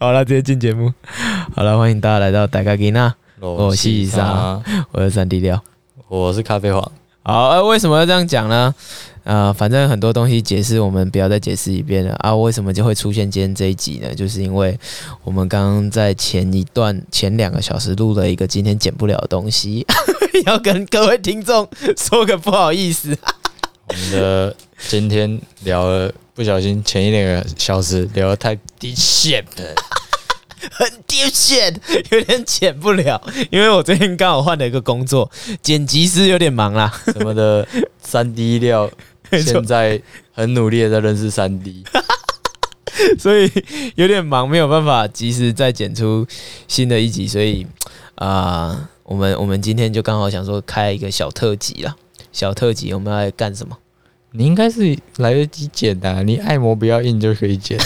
好了，直接进节目。好了，欢迎大家来到大咖吉娜，我是啥，我是三 D 料。我是咖啡黄。好、呃，为什么要这样讲呢？呃，反正很多东西解释我们不要再解释一遍了啊。为什么就会出现今天这一集呢？就是因为我们刚刚在前一段前两个小时录了一个今天剪不了的东西， 要跟各位听众说个不好意思。我们的今天聊了，不小心前一两个小时聊的太低线了。很 deep shit，有点剪不了，因为我最近刚好换了一个工作，剪辑师有点忙啦。什么的三 D 料，现在很努力的在认识三 D，所以有点忙，没有办法及时再剪出新的一集，所以啊、呃我们我们今天就刚好想说开一个小特辑啦。小特辑我们要来干什么？ 你应该是来得及剪的、啊，你按摩不要硬就可以剪。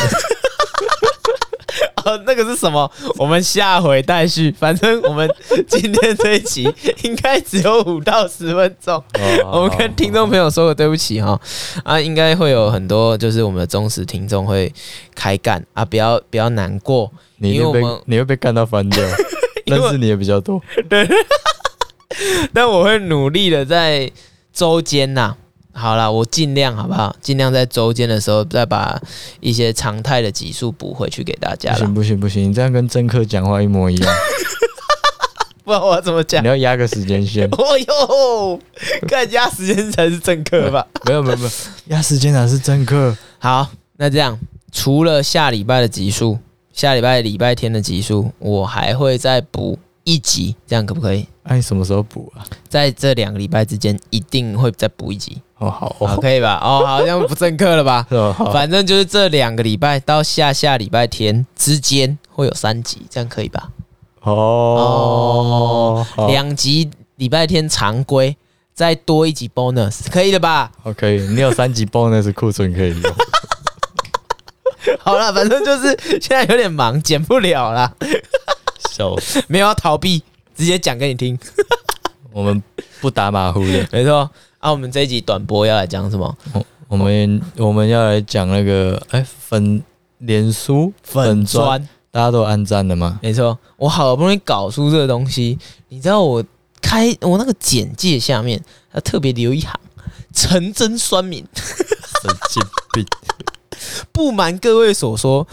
哦，那个是什么？我们下回待续。反正我们今天这一集应该只有五到十分钟。 哦我们跟听众朋友说个对不起哈，啊，应该会有很多就是我们的忠实听众会开干啊，不要不要难过，你因为会我们被你会被干到翻掉， 因为认识你也比较多。 但我会努力的在周间呐、好啦，我尽量好不好？尽量在周间的时候再把一些常态的集数补回去给大家不啦行。不行不行，你这样跟政客讲话一模 一样，不然我要怎么讲。你？要压个时间线哦哟，看压时间才是正课吧。没有没有没有，压时间哪是政客？好，那这样除了下礼拜的集数，下礼拜礼拜天的集数，我还会再补一集，这样可不可以？哎、你什么时候补啊？在这两个礼拜之间，一定会再补一集，哦好好，哦，？可以吧？哦，好，这样不正课了吧 哦好，反正就是这两个礼拜到下下礼拜天之间会有三集，这样可以吧？哦，好两集礼拜天常规，再多一集 bonus，可以了吧？ 好可以，你有三级 bonus 库存可以用。好了，反正就是现在有点忙，剪不了啦，笑 死，没有要逃避，直接讲给你听。我们不打马虎的，没错。啊，我们这一集短播要来讲什么？我我们我们要来讲那个哎、粉脸书专，砖，大家都按赞了吗？没错。我好不容易搞出这个东西，你知道我开我那个简介下面，它特别留一行：陈真酸民。神经病！ 不瞒各位所说，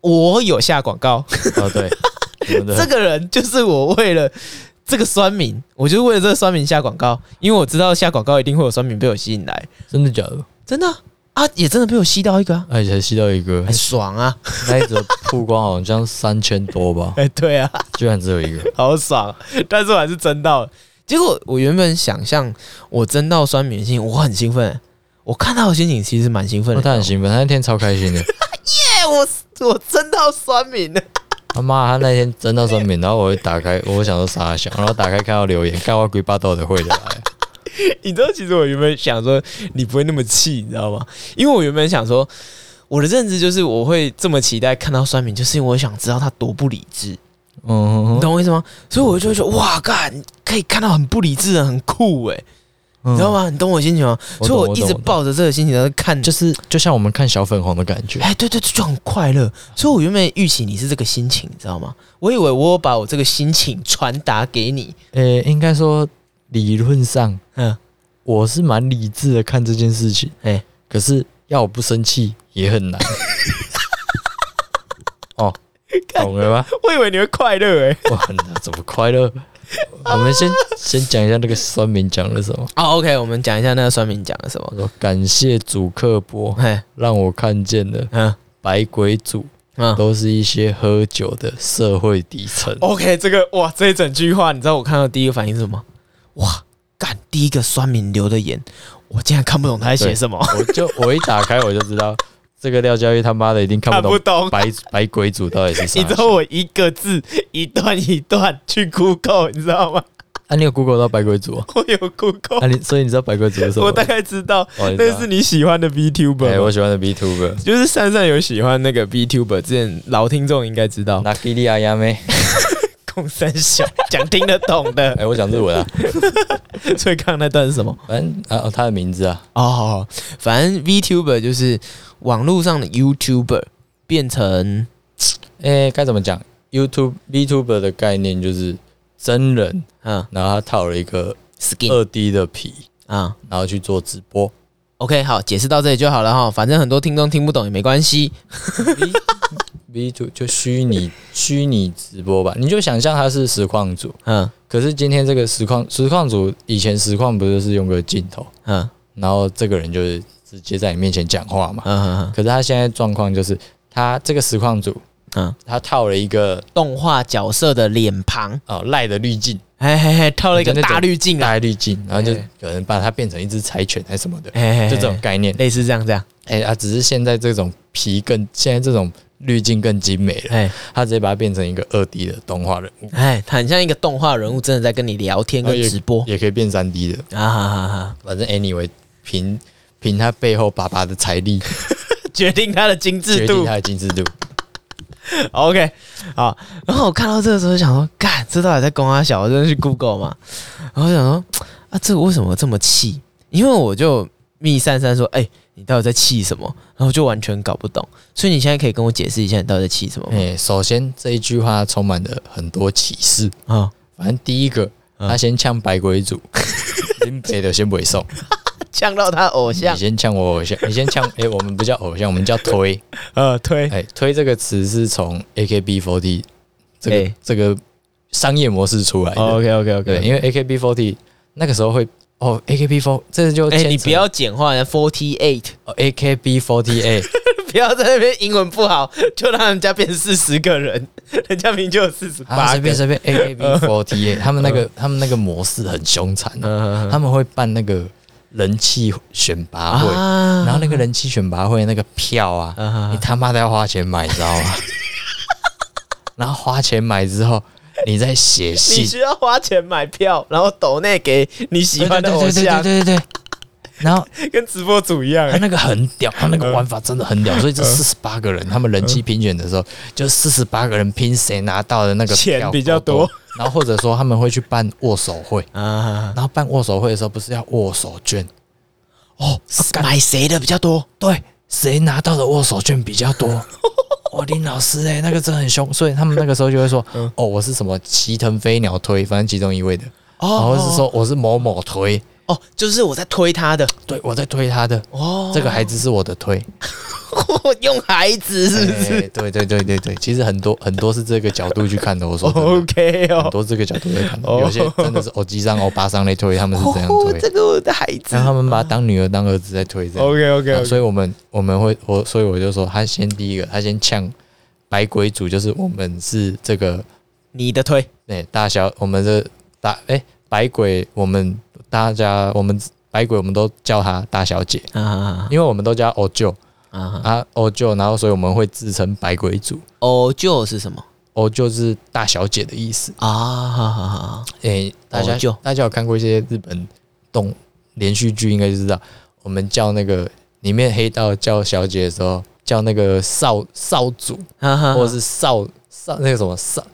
我有下广告，哦对，我们这的个人就是我为了。这个酸民，我就为了这个酸民下广告，因为我知道下广告一定会有酸民被我吸引来，真的假的？真的啊，啊也真的被我吸到一个啊，而且还吸到一个很，爽啊！那一则曝光好像三千多吧，哎，对啊，居然只有一个。好爽，啊 但是我还是争到了。结果我原本想象我争到酸民性，我很兴奋，我看到的心情其实蛮兴奋哦的。他很兴奋，他那天超开心的。哎我我争到酸民了，他妈，他那天真到生病，然后我会打开，我想说傻想，然后打开看到留言，看我鬼巴豆的会的来。你知道？其实我原本想说你不会那么气，你知道吗？因为我原本想说我的认知就是我会这么期待看到酸民，就是因为我想知道他多不理智，嗯你，懂我意思吗？所以我就会说哇，干可以看到很不理智的，很酷哎、你你知道？吗？你懂嗯我心情吗？我懂所以我一懂直我懂抱着这个心情在看，就是就像我们看小粉红的感觉，哎，对对对，就很快乐。所以我原本预期你是这个心情，你知道吗？我以为我有把我这个心情传达给你。 呃、应该说理论上嗯，我是蛮理智的看这件事情，哎、可是要我不生气也很难。 哦，懂了吗？我以为你会快乐哎、哇，那怎么快乐？我们先先讲一下那个酸民讲了什么。哦，OK，我们讲一下那个酸民讲了什么我。说感谢主刻薄，嘿，让我看见了嗯百鬼主嗯都是一些喝酒的社会底层。 ，OK，这个哇，这一整句话，你知道我看到第一个反应是什么？哇，干，第一个酸民留的言，我竟然看不懂他在写什么，我就我一打开我就知道， 这个廖佳玉他妈的一定看看不不懂懂。白白鬼主到底是啥你。知道我一个字一段一段去 Google，你知道吗？ 啊，你有 Google 到白鬼主啊？我有 Google，、啊你，所以你知道白鬼主是什么？哦我大概知道哦你知那道是你喜欢的 VTuber 哎、吗。我喜欢的 B Tuber。就是珊珊有喜欢那个 B Tuber，之前老听众应该知道，那吉利亚亚妹，共三小讲听得懂的， 哎，我讲日文啊，所以刚刚那段是什么？反正啊，哦他的名字啊，哦，好好反正 V Tuber 就是网络上的 YouTuber 变成诶、该怎么讲？YouTube VTuber 的概念就是真人，嗯然后他套了一个，skin 二 D 的皮，啊、然后去做直播。 o k 好，解释到这里就好了哈，反正很多听众听不懂也没关系。 V two 就虚拟虚拟直播吧，你就想象他是实况组，嗯可是今天这个实况实况组以前实况不就是用个镜头，嗯然后这个人就是直接在你面前讲话嘛？嗯嗯可是他现在状况就是，他这个实况组嗯，他套了一个动画角色的脸庞，哦赖的滤镜，嘿嘿嘿，套了一个你就那种大滤镜啊，赖滤镜，然后就哎有人把它变成一只柴犬还是什么的，嘿嘿嘿就这种概念。类似这样这样，哎啊，只是现在这种皮更现在这种滤镜更精美了，哎他直接把它变成一个二 D 的动画人物，哎，他很像一个动画人物，真的在跟你聊天跟然后也直播也可以变三 D 的。啊哈哈哈，反正 anyway，凭凭他背后爸爸的财力决定他的精致决度定。他的精致度。 OK，好。然后我看到这个时候就想说，干，这到底在公阿小？我真的去 Google 嘛？然后我想说，啊，这个为什么这么气？因为我就密三三说，哎、你到底在气什么？然后就完全搞不懂。所以你现在可以跟我解释一下，你到底在气什么吗？哎、首先这一句话充满了很多歧视。啊、反正第一个，嗯他先呛白鬼 组，林北的先不会送，呛到他偶你像，先呛我偶像，你先呛。哎、我们不叫偶像，我们叫 推。呃，推哎、推这个词是从 AKB48 这个、哎这个商业模式出来的。 OK OK 哎对， OK。因为 AKB48 那个时候会哦，AKB4 这就哎、你牵扯不要简化人 forty eight，哦 AKB48。不要在那边英文不好，就让人家变四十个人，人家明明就有四十啊，八随个便。随便 AKB48，他们那个他们那个模式很凶残嗯，嗯嗯他们会办那个人气选拔会，啊然后那个人气选拔会那个票啊啊，你他妈的要花钱买，你知道吗？然后花钱买之后，你再写你信，需要花钱买票，然后抖内给你喜欢的偶像，对对对对对对对。然后跟直播主一样、他欸。那个很屌，他那个玩法真的很屌，所以这四十八个人，他们人气评选的时候，就四十八个人拼谁拿到的那个钱票比较多，然后或者说他们会去办握手会，啊，然后办握手会的时候，不是要握手券？哦，买谁的比较多？对，谁拿到的握手券 比较多？我林老师哎、那个真的很凶，所以他们那个时候就会说，嗯哦，我是什么齐藤飞鸟推，反正其中一位的，然后是说我是某某推，哦，就是我在推他的 对我在推他的，哦，这个孩子是我的 推，用孩子是不是、哎对对对对对，其实很多很多是这个角度去看的，我说真的 o k 很哦？多这个角度在看 的，哦有些真的是欧基上、欧巴上来推，他们是这样哦，推这，个我的孩子然。后他们把他当女儿、当儿子在推这样。 OK OK 啊 OK，、所以我们我们会我所以我就说他先第一个，他先呛白鬼组，就是我们是这个你的推哎、大小，我们的大哎、白鬼，我们大家我们白鬼我们都叫她大小姐，啊因为我们都叫欧舅啊，啊欧舅，然后所以我们会自称白鬼组，哦，就是什么欧舅是大小姐的意思。啊？好好好，哎、大家欧舅大家有看过一些日本动连续剧，应该就知道我们叫那个里面黑道叫小姐的时候。叫那个少少主，哈哈，或者是少少那个什么少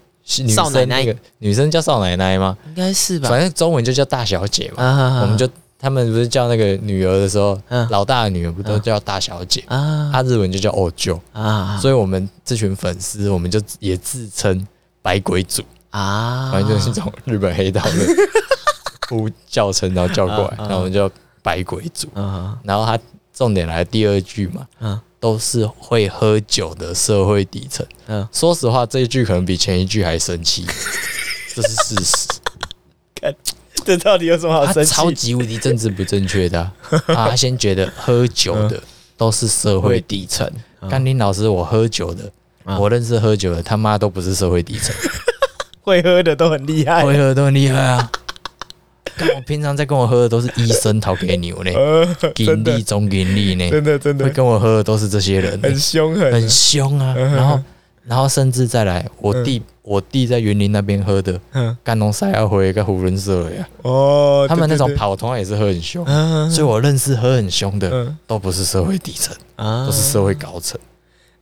女啊少生奶奶那个女生叫少奶奶吗？应该是吧？反正中文就叫大小姐嘛。啊我们就他们不是叫那个女儿的时候，嗯老大的女儿不都叫大小姐？啊她日文就叫欧舅，啊所以我们这群粉丝，我们就也自称百鬼组，啊，反正就是这种日本黑道的呼叫声，然后叫过来，嗯嗯然后我们叫百鬼组。啊然后他重点来第二句嘛，啊 都是会喝酒的社会底层。嗯。说实话，这一句可能比前一句还生 气，这是事实。这到底有什么好他超级无敌政治不正确 的啊、啊他先觉得喝酒嗯的都是社会底层。甘霖老师，我喝酒的，嗯我认识喝酒的，他妈都不是社会底层，会喝的都很厉害会喝都很厉害啊。但我平常在跟我喝的都是医生讨给牛 呢，呃，经理总经理呢，的真会跟我喝的都是这些人呢，凶狠很凶啊。嗯然后，然后甚至再来，我弟我弟在云林那边喝的，嗯干农赛要回一个胡润社了呀。哦他们那种跑通常也是喝很凶，嗯所以我认识喝很凶的嗯都不是社会底层，啊都是社会高层。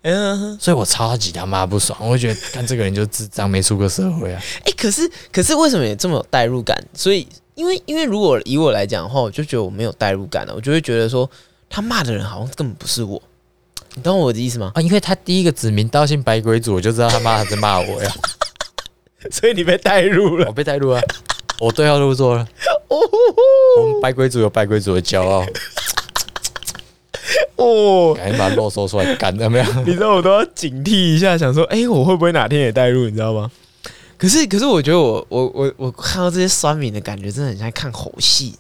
嗯，所以我超级他妈不爽，我会觉得看这个人就智障，没出过社会啊。哎，可是可是为什么也这么有代入感？所以因为因为如果以我啊来讲的话，我就觉得我没有代入感了，我就会觉得说他骂的人好像根本不是我，你懂我的意思吗？啊，因为他第一个指名道姓白鬼组，我就知道他妈还在骂我 呀， 所以你被带入了我。被带入啊，我对号入座了。哦我们白鬼组有白鬼组的骄傲，哦，赶紧把肉搜出来干，有没有？你知道我都要警惕一下，想说，哎、我会不会哪天也带入？你知道吗？可是，可是我觉得我我我我看到这些酸民的感觉，真的很像看猴戏。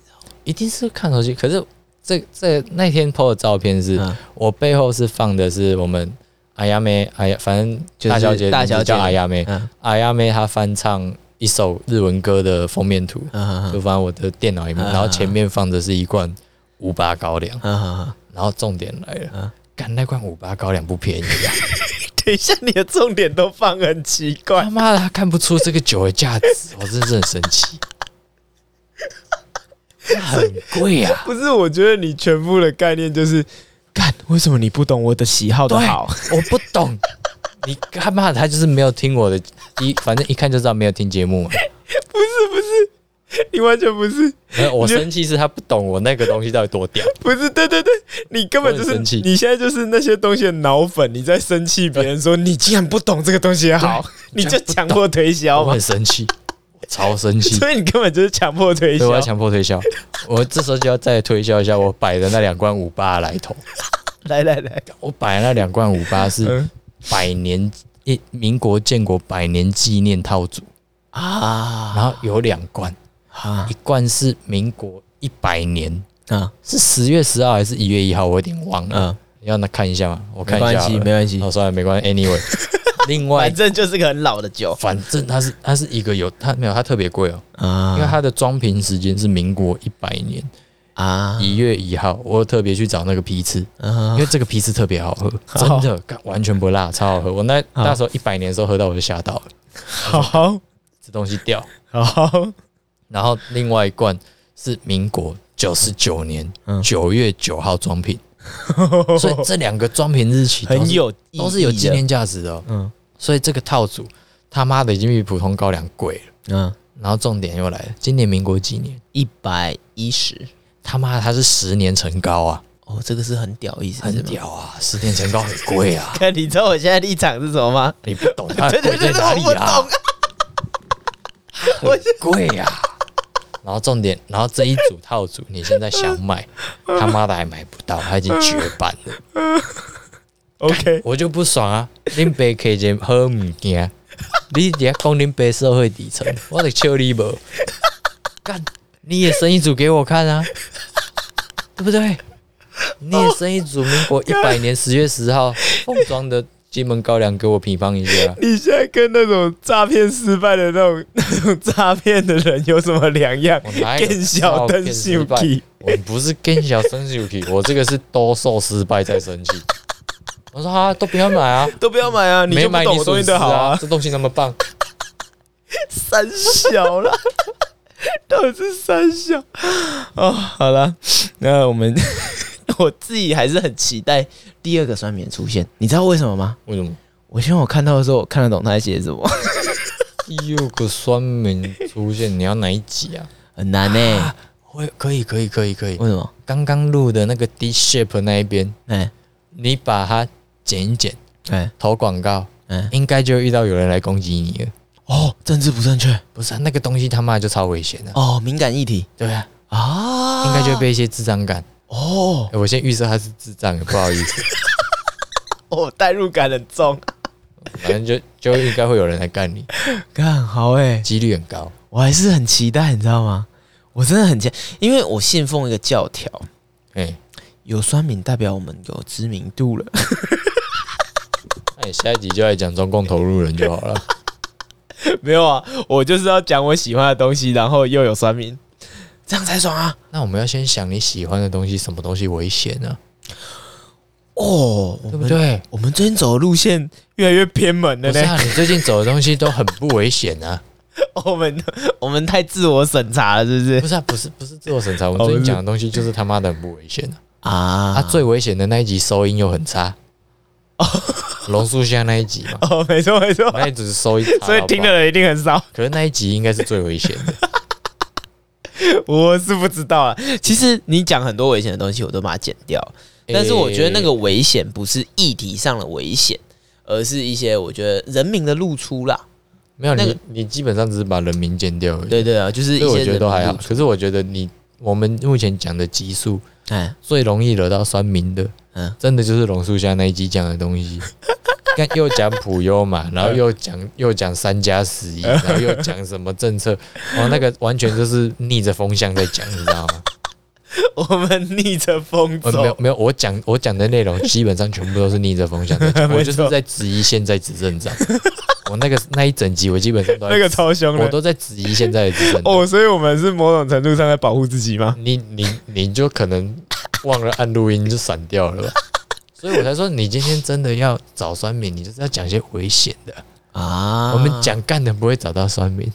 一定是看手机。可是这这那天 PO 的照片是、嗯我背后是放的是我们阿亚妹，阿亚反正就是大小姐大小姐名字叫阿亚妹，嗯阿亚妹她翻唱一首日文歌的封面图，嗯就嗯放在我的电脑里面，嗯然后前面放的是一罐五八高 粱，嗯嗯，然后重点来了嗯。干那罐五八高粱不便宜 啊！等一下，你的重点都放很奇怪 他。妈的，他看不出这个酒的价值，我真是很生 气。它很贵啊！不是，我觉得你全部的概念就是，干，为什么你不懂我的喜好的对好？我不 懂，你他妈的，他就是没有听我的，一反正一看就知道没有听节目嘛。你完全不是，没有我你就生气是他不懂我那个东西到底多 屌，不是，对对对，你根本就我是很生气你现在就是那些东西的脑粉，你在生气别人说你竟然不懂这个东西的好，你就强迫推销我嘛很，生气，我超生气，所以你根本就是强迫推所以我销要。强迫推销。我这时候就要再推销一下我摆的那两罐五八来头，来来来，我摆的那两罐五八是嗯百年一民国建国百年纪念套组，啊然后有两罐，啊一罐是民国一百年，啊是十月十号还是一月一号？我有点忘了。嗯，要那看一下嘛，我看没一下关好系，了没关系哦，，算了，没关系。Anyway，另 外反，正就是个很老的酒反正它是它是一个有它没有它特别贵哦，因为啊它的装瓶时间是民国一百年啊一月一号，我有特别去找那个批次，因啊为这个批次特别好喝，真的干完全不辣，超好喝。我那好那时候一百年的时候喝到我就吓到了，好这东西掉。好然后另外一罐是民国九十九年嗯九月九号装瓶，所以这两个装瓶日期都是很有意义的都是有纪念价值的哦。嗯所以这个套组他妈的已经比普通高粱贵了。嗯然后重点又来了，今年民国几年？一百一十他妈的它是十年成高啊，哦，这个是很屌意思，很。屌啊，十年成高很贵啊， 看，你知道我现在立场是什么吗？ 你不懂它对对对贵在对，哪我 里不啊懂，。很 贵啊。然后重点，然后这一组套组你现在想 买，他妈的还买不到，它已经绝版了， OK，我就不爽啊！恁爸客人好物件， 你底下讲恁爸社会底层，我得笑你无。 干，你也生一组给我看啊， 对不对？你也生一组民 国一百年十月十号凤庄的金门高粱给我品尝一下、啊。你现在跟那种诈骗失败的那种那种诈骗的人有什么两样我哪？有哦更小灯秀气，我不是跟小生气，我这个是多受失败在生气。我说啊，都不要买啊，都不要买啊！ 你没就不买懂你我东损西失的好啊，啊，这东西那么棒，三小啦， 到底是三小哦，好了，那我们 我自己还是很期待第二个酸棉出现，你知道为什么吗？为什么？我希望我看到的时候，我看得懂他在写什么， 六哎个酸民出现，你要哪一集啊？很难呢、 会可以可以可以可以。为什么？刚刚录的那个 D shape 那一边，哎你把它剪一剪，哎投广告，哎，应该就遇到有人来攻击你了。哦，政治不正确不是、啊、那个东西他妈就超危险的、哦，敏感议题对啊，啊，应该就会被一些智障感。哦。欸我先预设他是智障，不好意 思， 哦，代入感很重，反正就就应该会有人来干你， 干好哎、几率很高。我还是很期待，你知道吗？我真的很期待，因为我信奉一个教条，哎、有酸民代表我们有知名度了。那你下一集就来讲中共投入人就好 了。 没有啊，我就是要讲我喜欢的东西，然后又有酸民，这样才爽啊！那我们要先想你喜欢的东西，什么东西危险呢、哦，我对不们对？我们最近走的路线越来越偏门了不是呢。啊，你最近走的东西都很不危险啊！ 我们我们太自我审查了，是不不是？是啊，不是不是自我审查，我哦最不近是讲的东西就是他妈的很不危险啊！啊啊，最危险的那一集收音又很差，龙树下那一集 嘛，哦，没错没错，那一集收音差，所以听的好不好，人一定很少。可是那一集应该是最危险 的。我是不知道啊。其实你讲很多危险的东西，我都把它剪掉。但是我觉得那个危险不是议题上的危险，而是一些我觉得人民的露出啦。没有那个你，你基本上只是把人民减掉而已。对对啊，就是一所以些我觉得都还人好。民露出可是我觉得你我们目前讲的激素哎，最容易惹到酸民的，嗯真的就是榕树下那一集讲的 东西。看又讲普优嘛，然后又讲又讲三加十嗯一，然后又讲什么政 策，哇，那个完全就是逆着风向在讲，你知道吗？ 我们逆着风呃，没有走，没有，我讲我讲的内容基本上全部都是逆着风向在讲， 没错我就是在质疑现在执政 党。我那个那一整集，我基本上都在那个超凶我的都在质疑现在的执政党。哦，所以我们是某种程度上在保护自己吗？你你你就可能忘了按录音就闪 掉了吧，所以我才说你今天真的要找酸民，你就是要讲一些危险的。啊，我们讲干的不会找到酸民，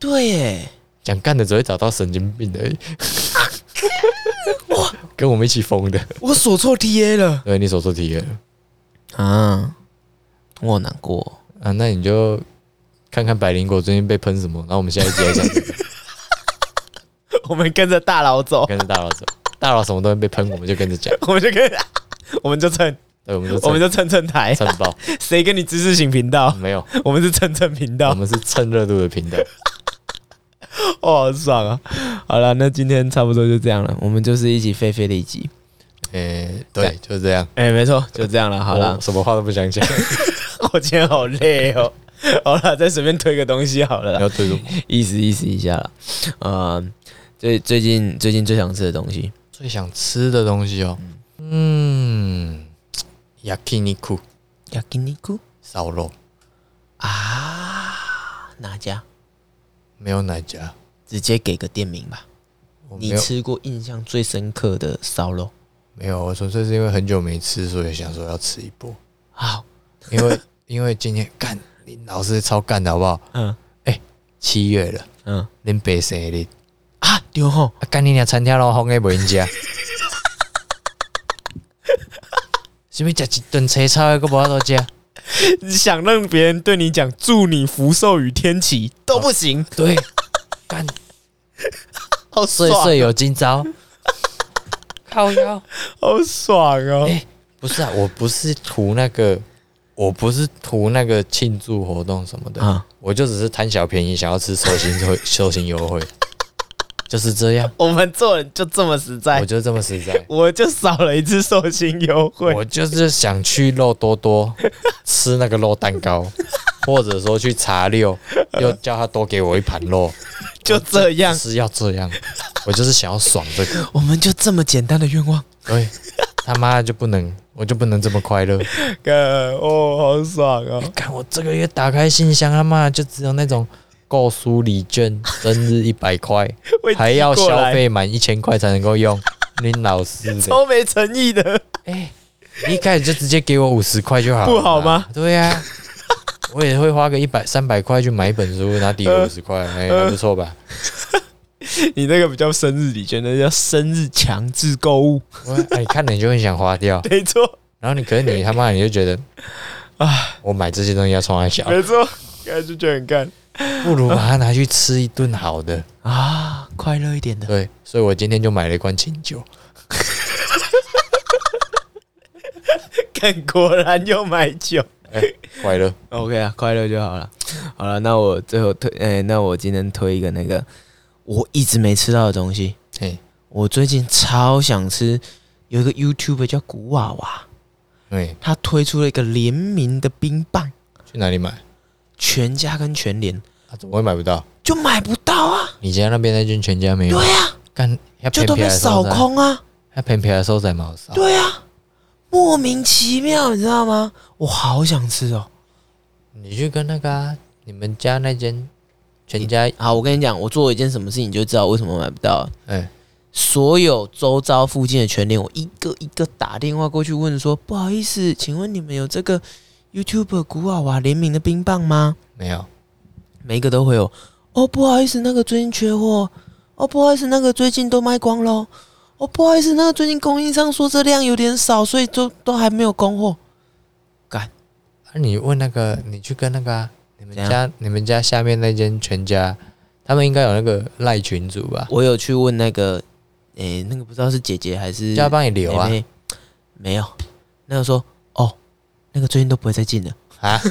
对耶，讲干的只会找到神经病而已。 跟我们一起疯的，我锁错 TA 了对你所说题了啊，我好难过。啊，那你就看看百灵果最近被喷什么，然后我们下一集 来讲这个， 我们跟着大佬 走，跟着大佬走，大佬什么东西被喷，我们就跟着讲，我们就跟，我们就蹭，对，我们就蹭我们就蹭蹭台，蹭爆，谁跟你知识型频道？没有，嗯我们是蹭蹭频我道，们是蹭热度的 频道，哦，好爽啊！好了，那今天差不多就这样了。我们就是一起废废的一集，诶、对，就是这样，哎、没错，就这样了。好了我，什么话都不 想讲。哦 我今天好累哦。好了，再随便推个东西好了啦。要推什么？ 意思意思一下了。呃，最最近最近最想吃的东西，最想吃的东西哦，嗯，yakiniku 要给你哭烧肉，啊，哪家？没有哪家，直接给个店名吧。我没你有吃过印象最深刻的烧肉？没有，我纯粹是因为很久没吃，所以想说要吃一波，好，因 为因为今天干林老师超干的好不好？嗯七月了，嗯林北生日，啊，丢吼，啊干你俩餐厅老红的没 人家。是不是食一顿菜炒的，个无法度食？想让别人对你讲“祝你福寿与天齐”都不行，对，干啊好岁爽，岁有今朝，靠腰。好爽哦！哎不是啊，我不是图那个，我不是图那个庆祝活动什么的，啊我就只是贪小便宜，想要吃寿星 会寿星优惠，就是这样，我们做人就这么实在，我，就这么实在我就少了一次寿星优惠。我就是想去肉多多吃那个肉蛋 糕，或者说去茶六，又叫他多给我一盘肉，就这样，是要这样，我就是想要爽这个，我们就这么简单的愿 望。对，他妈就不能，我就不能这么快乐。呃哥，哦，好爽哦！看我这个月打开信箱，他妈就只有那种购书礼 券，生日一百块，会寄还要过消来， 费满一千块才能够用。林老师的，超没诚意的。哎、你一开始就直接给我五十块就好了，不好吗？对呀、我也会花个一百三百块去买一本书，拿抵呃个五十块，哎、还不错吧？你那个比较生日礼券，那叫生日强制购物，我哎、你看了你就很想花掉， 没错，然后你可是 你他妈你就觉得，啊，我买这些东西要冲他啊小，没错，感觉就很干。啊不如把它拿去吃一顿好的。啊，快乐一 点的。对，所以我今天就买了一罐清酒。看，果然又买酒。哎、快乐。 OK 啊，快乐就好了。好了，那我最后推，哎、那我今天推一个那个我一直没吃到的东西，嘿，我最近超想吃。有一个 YouTuber 叫古娃娃，对，他推出了一个联名的冰棒，去哪里买？啊，全家跟全联怎么会买不到？就买不到啊。你家那边那间全家没有？对啊，干要就偏都僻被的扫收窄，空啊。要偏僻的收窄毛少。对啊，莫名其妙，你知道吗？我好想吃哦。你去跟那个啊，你们家那间全家，好，我跟你讲，我做了一件什么事情，你就知道为什么买不到了。哎，所有周遭附近的全联，我一个一个打电话过去问说：“不好意思，请问你们有这个 YouTube 古娃娃联名的冰棒吗没有，？”啊每一个都会有。哦，不好意思，那个最近缺货。哦，不好意思，那个最近都卖光喽。哦，不好意思，那个最近供应商说这量有点少，所以都都还没有供货。啊，你问那个，你去跟那个啊，你们怎样家你们 家下面那间全家，他们应该有那个赖群主吧？我有去问那个诶、那个不知道是姐姐还是叫他帮你留啊妹妹没有，那个说哦，那个最近都不会再进了。啊，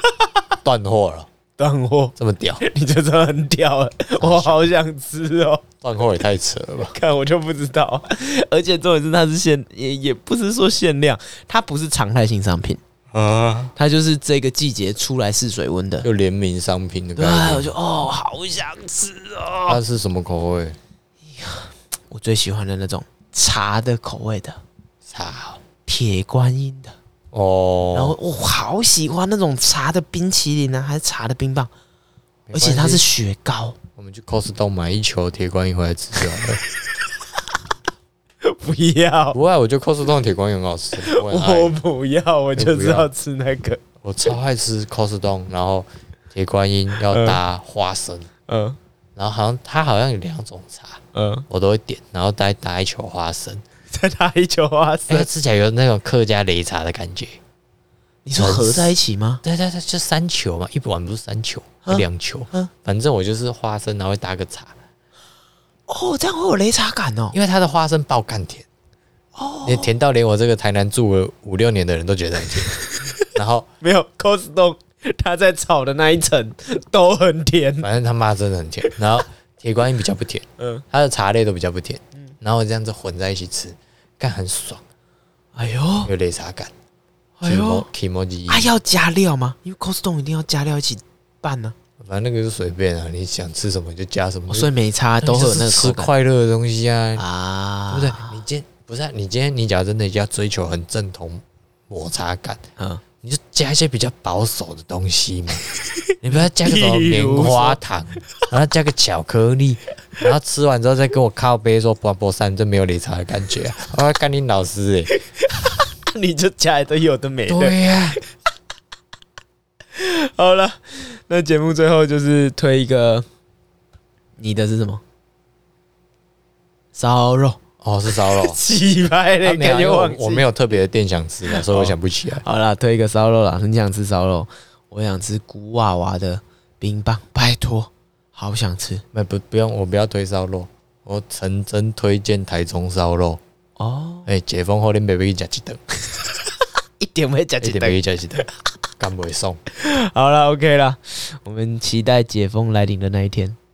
断货了，断 货，这么屌，你这真的很屌欸了，我好想吃哦！断货也太扯了吧？看我就不知道， 而且重点是它是限，也也不是说限量，它不是常态性商品，啊，它就是这个季节出来试水温的。就联名商品的概对，我念。就哦，好想吃哦！它是什么口味？我最喜欢的那种茶的口味的，操铁观音的，哦，然后我、好喜欢那种茶的冰淇淋啊，还是茶的冰棒，而且它是雪糕。我们去 Costco 买一球铁观音回来吃就好了。 不要，不会啊，我觉得 Costco 的铁观音很好吃，我 很我哎爱，不要，我就不是要要吃那个。我超爱吃 Costco，然后铁观音要搭花生，嗯然后好像它好像有两种茶，嗯，我都会点，然后再搭一球花生，再打一球花哎，生它，吃起来有那种客家擂茶的感觉。你说合在一起吗？对对对，就三球嘛，一碗不是三球，嗯两球嗯，反正我就是花生，然后会搭个茶，哦，这样会有擂茶感哦。因为它的花生爆甘甜，哦，甜到连我这个台南住了五六年的人都觉得很甜。然后没有 Costco，它在炒的那一层都很甜。反正他妈真的很甜，然后铁观音比较不甜，嗯，它的茶类都比较不甜，嗯然后这样子混在一起吃，干很爽，哎呦，有擂茶感。哎呦， k i m o j i 啊，要加料吗？因为 Costco 一定要加料一起拌呢、反正那个就随便啊，你想吃什么就加什么，哦所以每茶都会有那就是个吃口感快乐的东西啊，啊，对不对？你今天不是啊、你今天你假如真的要追求很正统抹茶感，嗯，你就加一些比较保守的东西嘛， 你不要加个什么譬棉如说花糖，然后加个巧克力，然后吃完之后再跟我靠背说波波三，这没有理查的感觉、啊，我要干你老师哎、你就加的有的没的。对呀、好了，那节目最后就是推一个你的是什么？烧肉。哦是烧肉，啊鸡排嘞，没有感啊因觉为我忘记我没有特别的店想吃的，啊所以我想不起来。好啦，推一个烧肉啦，很想吃烧肉，我想吃古娃娃的冰棒，拜托，好想吃那不不用，我不要推烧肉，我诚真推荐台中烧肉。哦！哎、解封后恁爸爸去 食一顿，哎一点没加一定袂去食一顿，干袂爽。好了，OK 啦，我们期待解封来临的那一天。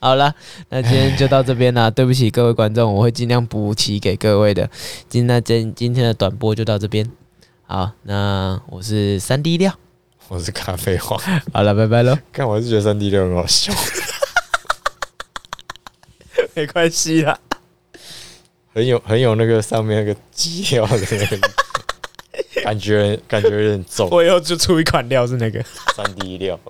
好了，那今天就到这边啦。对不起各位观众，我会尽量补齐给各位的。今那今今天的短播就到这边。好，那我是三 D 料。我是咖啡 花，好了，拜拜 喽。看我是觉得三 D 六很好笑。没关系啦。很有很有那个上面那个基调的那个感觉，感觉有点重。我以后就出一款料是那个。三 D 料。